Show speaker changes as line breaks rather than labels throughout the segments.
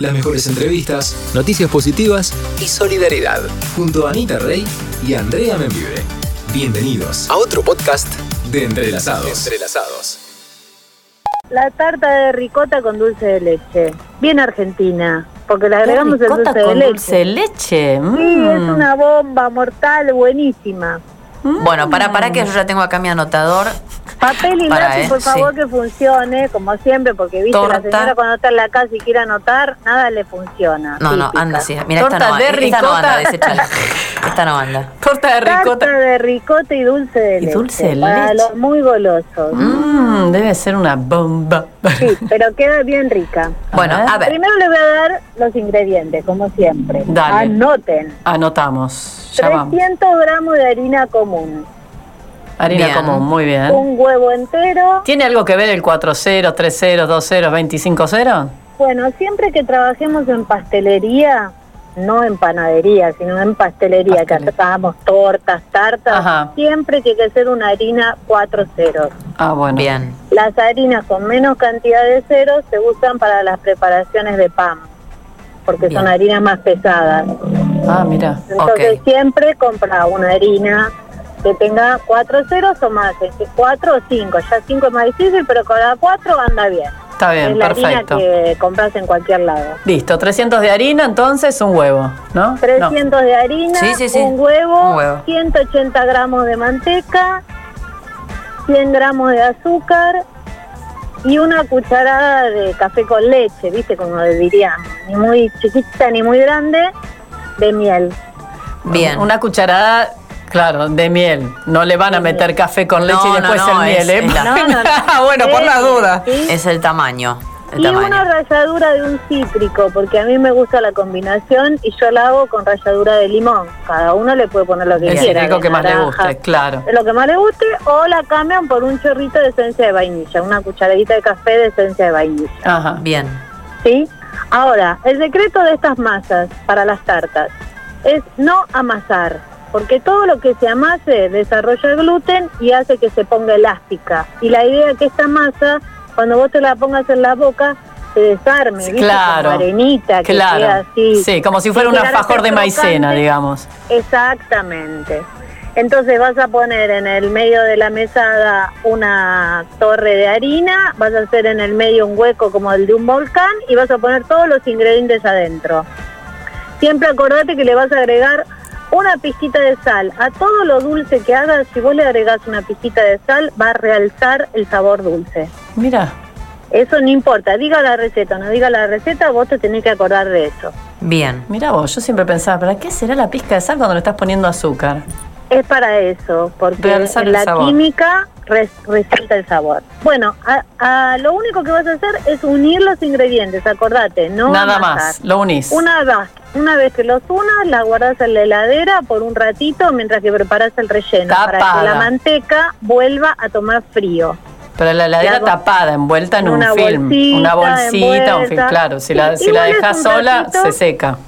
las mejores entrevistas,
noticias positivas
y solidaridad. Junto a Anita Rey y Andrea Membibre. Bienvenidos
a otro podcast
de Entrelazados.
Entrelazados.
La tarta de ricota con dulce de leche. Bien argentina, porque le agregamos el
Ricota
dulce de
con
leche.
dulce de leche.
Sí,
mm.
es una bomba mortal buenísima.
Bueno, para, para
Mm.
que yo ya tengo acá mi anotador.
Papel y
Pará,
lápiz,
eh,
por
sí.
favor, que funcione, como siempre, porque viste,
Torta.
la señora cuando está en la casa y quiere anotar, nada le funciona.
No, no,
Típica.
anda así. Mira, esta
Torta
no,
de
anda, esta no
ricota.
anda, desechala. Esta no anda.
Torta de
Tarta
ricota.
de ricota y dulce de
Y
leche.
dulce de
para
leche.
los muy golosos.
Mm,
Debe ser una bomba.
Sí, pero queda bien rica.
Bueno, a ver.
Primero le voy a dar los ingredientes, como siempre.
Dale.
Anoten.
Anotamos. Ya vamos.
300 gramos de harina común,
Harina
Bien.
común, muy bien.
un huevo entero.
¿Tiene algo que ver el 40, 30, 20, 25-0?
Bueno, siempre que trabajemos en pastelería, no en panadería, sino en pastelería,
Pastelería.
que hacemos tortas, tartas,
Ajá.
siempre tiene que ser una harina cuatro ceros.
Ah, bueno.
Bien.
Las harinas con menos cantidad de ceros se usan para las preparaciones de pan, porque
Bien.
son harinas más pesadas.
Ah, mira.
Entonces
Ok.
siempre compra una harina que tenga cuatro ceros o más, este, cuatro o cinco, ya cinco es más difícil, pero con la cuatro anda bien.
Está
es
bien,
la
perfecto.
harina que compras en cualquier lado.
Listo, 300 de harina, entonces un huevo, ¿no?
300 de harina,
Sí, sí, sí.
un, huevo,
Un huevo.
180 gramos de manteca, 100 gramos de azúcar y una cucharada de café con leche, ¿viste? Como dirían, ni muy chiquita ni muy grande, de miel.
No.
Bien.
Una cucharada, claro, de miel. No le van a meter café con leche
No,
y después
no, no,
el
es-
miel, ¿eh?
es la- No,
Ah, bueno, por la
Eh,
duda.
¿sí?
Es el tamaño. El
Y
tamaño.
una ralladura de un cítrico, porque a mí me gusta la combinación y yo la hago con ralladura de limón. Cada uno le puede poner lo que
El
quiera.
cítrico
de
que más le
naranja,
guste, claro.
de Lo que más le guste o la cambian por un chorrito de esencia de vainilla, una cucharadita de café de esencia de vainilla.
Ajá.
Bien.
¿Sí? Ahora, el secreto de estas masas para las tartas es no amasar, porque todo lo que se amase desarrolla el gluten y hace que se ponga elástica. Y la idea es que esta masa, cuando vos te la pongas en la boca, se desarme,
Sí,
¿viste?
claro.
Como arenita, que queda
Claro.
así.
Sí, como si fuera
Sin
un
llegar a
alfajor
ser
de maicena,
crocante.
digamos.
Exactamente. Entonces vas a poner en el medio de la mesada una torre de harina, vas a hacer en el medio un hueco como el de un volcán y vas a poner todos los ingredientes adentro. Siempre acordate que le vas a agregar una pizquita de sal. A todo lo dulce que hagas, si vos le agregás una pizquita de sal, va a realzar el sabor dulce.
Mira,
Eso no importa, diga la receta, no diga la receta, vos te tenés que acordar de eso.
Bien.
mira vos, yo siempre pensaba, ¿para qué será la pizca de sal cuando le estás poniendo azúcar?
Es para eso, porque
Realzar el
la
sabor.
química res- resalta el sabor. Bueno, a- a- lo único que vas a hacer es unir los ingredientes, acordate, no
Nada
amasar.
más, lo unís.
Una vez, una vez que los unas, la guardas en la heladera por un ratito mientras que preparas el relleno para
Tapada.
que la manteca vuelva a tomar frío.
Pero la heladera
la bo-
tapada, envuelta en,
en
un
una
film.
bolsita,
una bolsita, un film,
envuelta.
claro. Si
Sí,
la, si
igual
la
es
dejas
un
sola,
ratito.
se seca.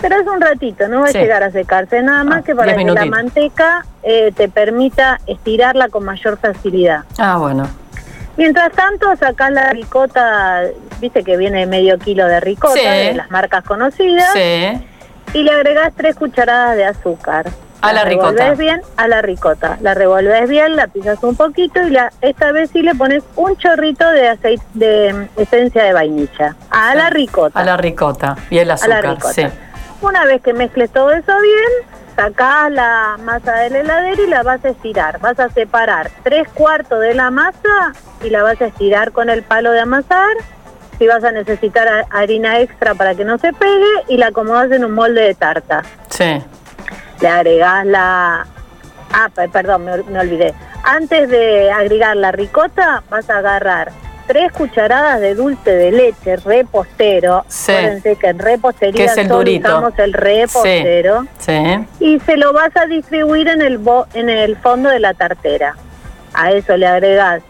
Pero es un ratito, no va
Sí.
a llegar a secarse, nada más
Ah,
que para
diez
que la
minutitos.
manteca eh, te permita estirarla con mayor facilidad.
Ah, bueno.
Mientras tanto, sacás la ricota, viste que viene medio kilo de ricota,
Sí.
de las marcas conocidas,
Sí.
y le agregás tres cucharadas de azúcar.
A la ricota.
revolvés bien a la ricota. La revolvés bien, la pisas un poquito y la, esta vez sí le pones un chorrito de aceite de mm, esencia de vainilla. A la ricota.
A la ricota. Y el
A la
azúcar,
ricota.
sí.
Una vez que mezcles todo eso bien, sacás la masa del heladero y la vas a estirar. Vas a separar tres cuartos de la masa y la vas a estirar con el palo de amasar. Si vas a necesitar ha- harina extra para que no se pegue y la acomodás en un molde de tarta.
Sí.
Le agregás la... Ah, pe- perdón, me, ol- me olvidé. Antes de agregar la ricota, vas a agarrar tres cucharadas de dulce de leche repostero.
Sí.
Acuérdense que en repostería
Que es el
solo
durito.
usamos el repostero.
Sí.
Y se lo vas a distribuir en el, bo- en el fondo de la tartera. A eso le agregas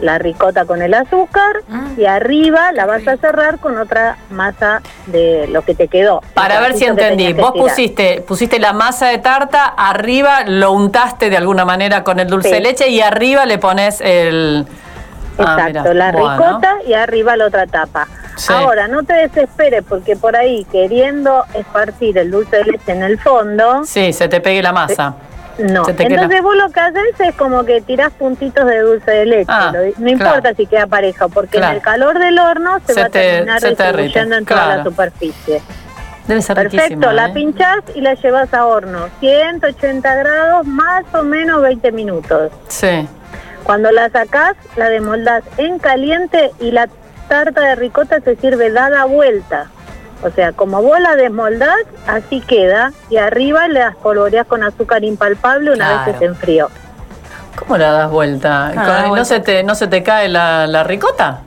la ricota con el azúcar
Ah.
Mm.
y arriba la vas a cerrar con otra masa de lo que te quedó.
Para
El
ver si
pedacito que
entendí,
tenías que
vos
tirar.
pusiste, pusiste la masa de tarta, arriba lo untaste de alguna manera con el dulce
Sí.
de leche y arriba le pones el... Ah,
Exacto,
mirá.
la
Bueno.
ricota y arriba la otra tapa.
Sí.
Ahora, no te desesperes porque por ahí queriendo esparcir el dulce de leche en el fondo,
Sí, se te pegue la masa.
no.
Se te queda.
Entonces vos lo que haces es como que tirás puntitos de dulce de leche.
Ah,
Lo- no
claro.
importa si queda parejo, porque en
Claro.
el calor del horno se,
Se
va a
te-
terminar
se te derrite,
distribuyendo en toda la
claro.
superficie.
Debe ser
Perfecto,
riquísima,
la
¿eh?
pinchás y la llevas a horno. 180 grados, más o menos 20 minutos.
Sí.
Cuando la sacás, la desmoldás en caliente y la tarta de ricota se sirve dada vuelta. O sea, como vos la desmoldás, así queda. Y arriba le das polvoreás con azúcar impalpable una vez
Claro.
que se enfrió.
¿Cómo la das
Ah,
vuelta?
la
Con-
das
¿No,
vuelta.
se te, ¿No se te cae la, la ricota?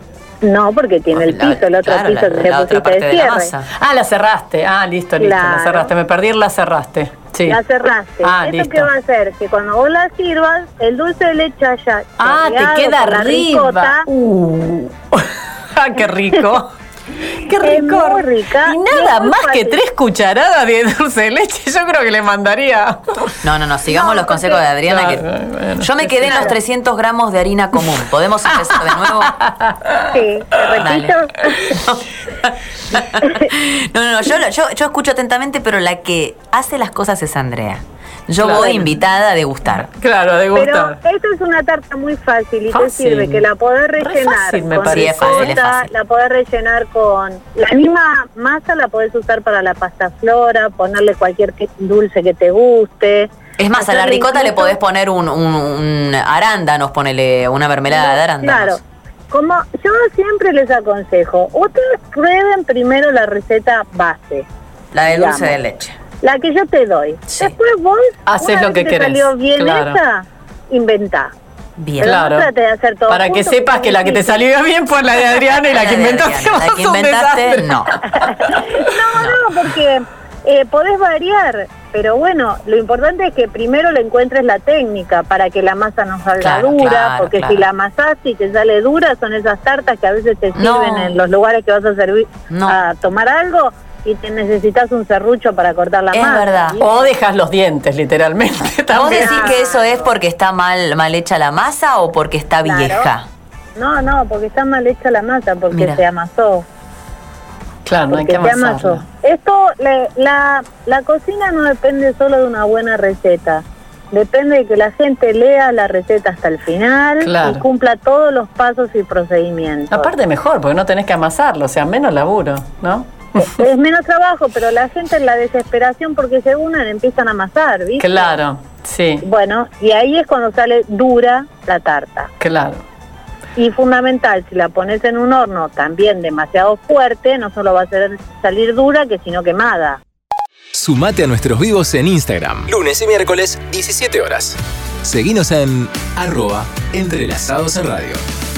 No, porque tiene el
La-
piso, el otro
claro,
piso
la-
que
la
le pusiste
otra parte
de
de la
cierre.
masa.
Ah, la cerraste. Ah, listo, listo. La
Claro.
cerraste. Me perdí, la cerraste. Sí.
La cerraste.
Ah,
¿Eso
listo.
qué va a hacer? Que cuando vos la sirvas, el dulce de leche haya
Ah, te
chorreado
queda
con la
arriba.
ricota,
Uh. Ah, qué rico. Qué
Es
rico.
muy rica
Y
y
nada
es muy
más que
fácil.
tres cucharadas de dulce de leche, yo creo que le mandaría.
No, no, no, sigamos
No,
los
porque-
consejos de Adriana. que-
Claro, bueno,
Yo me quedé en los 300 gramos de harina común. ¿Podemos empezar de nuevo?
Sí, te repito.
Ah. Dale. No, no, no, yo, lo- yo, yo escucho atentamente, pero la que hace las cosas es Andrea. Yo
Claro.
voy invitada a degustar.
Claro, de
Pero
gustar.
esta es una tarta muy fácil y
Fácil.
te sirve que la podés
Re
rellenar
fácil, me
con
parece.
Sí, es fácil, es
ricota,
fácil.
la podés rellenar con la misma masa la podés usar para la pasta flora, ponerle cualquier que- dulce que te guste.
Es más, a la
Hacerle
ricota le
incluso-
podés poner un, un, un arándanos, ponele una mermelada de
Claro.
arándanos.
Como yo siempre les aconsejo, ustedes prueben primero la receta base,
La de dulce de
Digamos.
leche.
la que yo te doy.
Sí.
Después vos
Haces
una
lo
vez
que
te
querés,
salió bien
claro.
esa, inventá.
Bien.
Pero no
Claro.
trate de hacer todo
Para que
junto,
sepas
porque
que
es
la que te
difícil.
salió bien fue la de Adriana y la que
de
inventaste
Adriana, La
vos
que
es un
inventaste,
desastre.
no.
No, no, porque eh, podés variar, pero bueno, lo importante es que primero le encuentres la técnica para que la masa no salga
Claro,
dura,
claro,
porque
claro.
si la amasaste y te sale dura, son esas tartas que a veces te
No.
sirven en los lugares que vas a servir
No.
a tomar algo y te necesitas un serrucho para cortar la
Es
masa.
verdad.
Y-
O dejas los dientes, literalmente.
¿Vos
También.
decís que eso es porque está mal, mal hecha la masa o porque está
Claro.
vieja?
No, no, porque está mal hecha la masa, porque
Mira.
se amasó.
Claro, no hay que
Porque se amasó.
amasarla.
Esto, le- la, la cocina no depende solo de una buena receta. Depende de que la gente lea la receta hasta el final
Claro.
y cumpla todos los pasos y procedimientos.
Aparte mejor, porque no tenés que amasarlo, o sea, menos laburo, ¿no?
es menos trabajo, pero la gente en la desesperación porque se unen empiezan a amasar, ¿viste?
Claro, sí,
Bueno, y ahí es cuando sale dura la tarta.
claro.
Y fundamental, si la pones en un horno también demasiado fuerte, no solo va a ser- salir dura, que sino quemada.
Sumate a nuestros vivos en Instagram. Lunes y miércoles, 17 horas. Seguinos en arroba entrelazados en radio.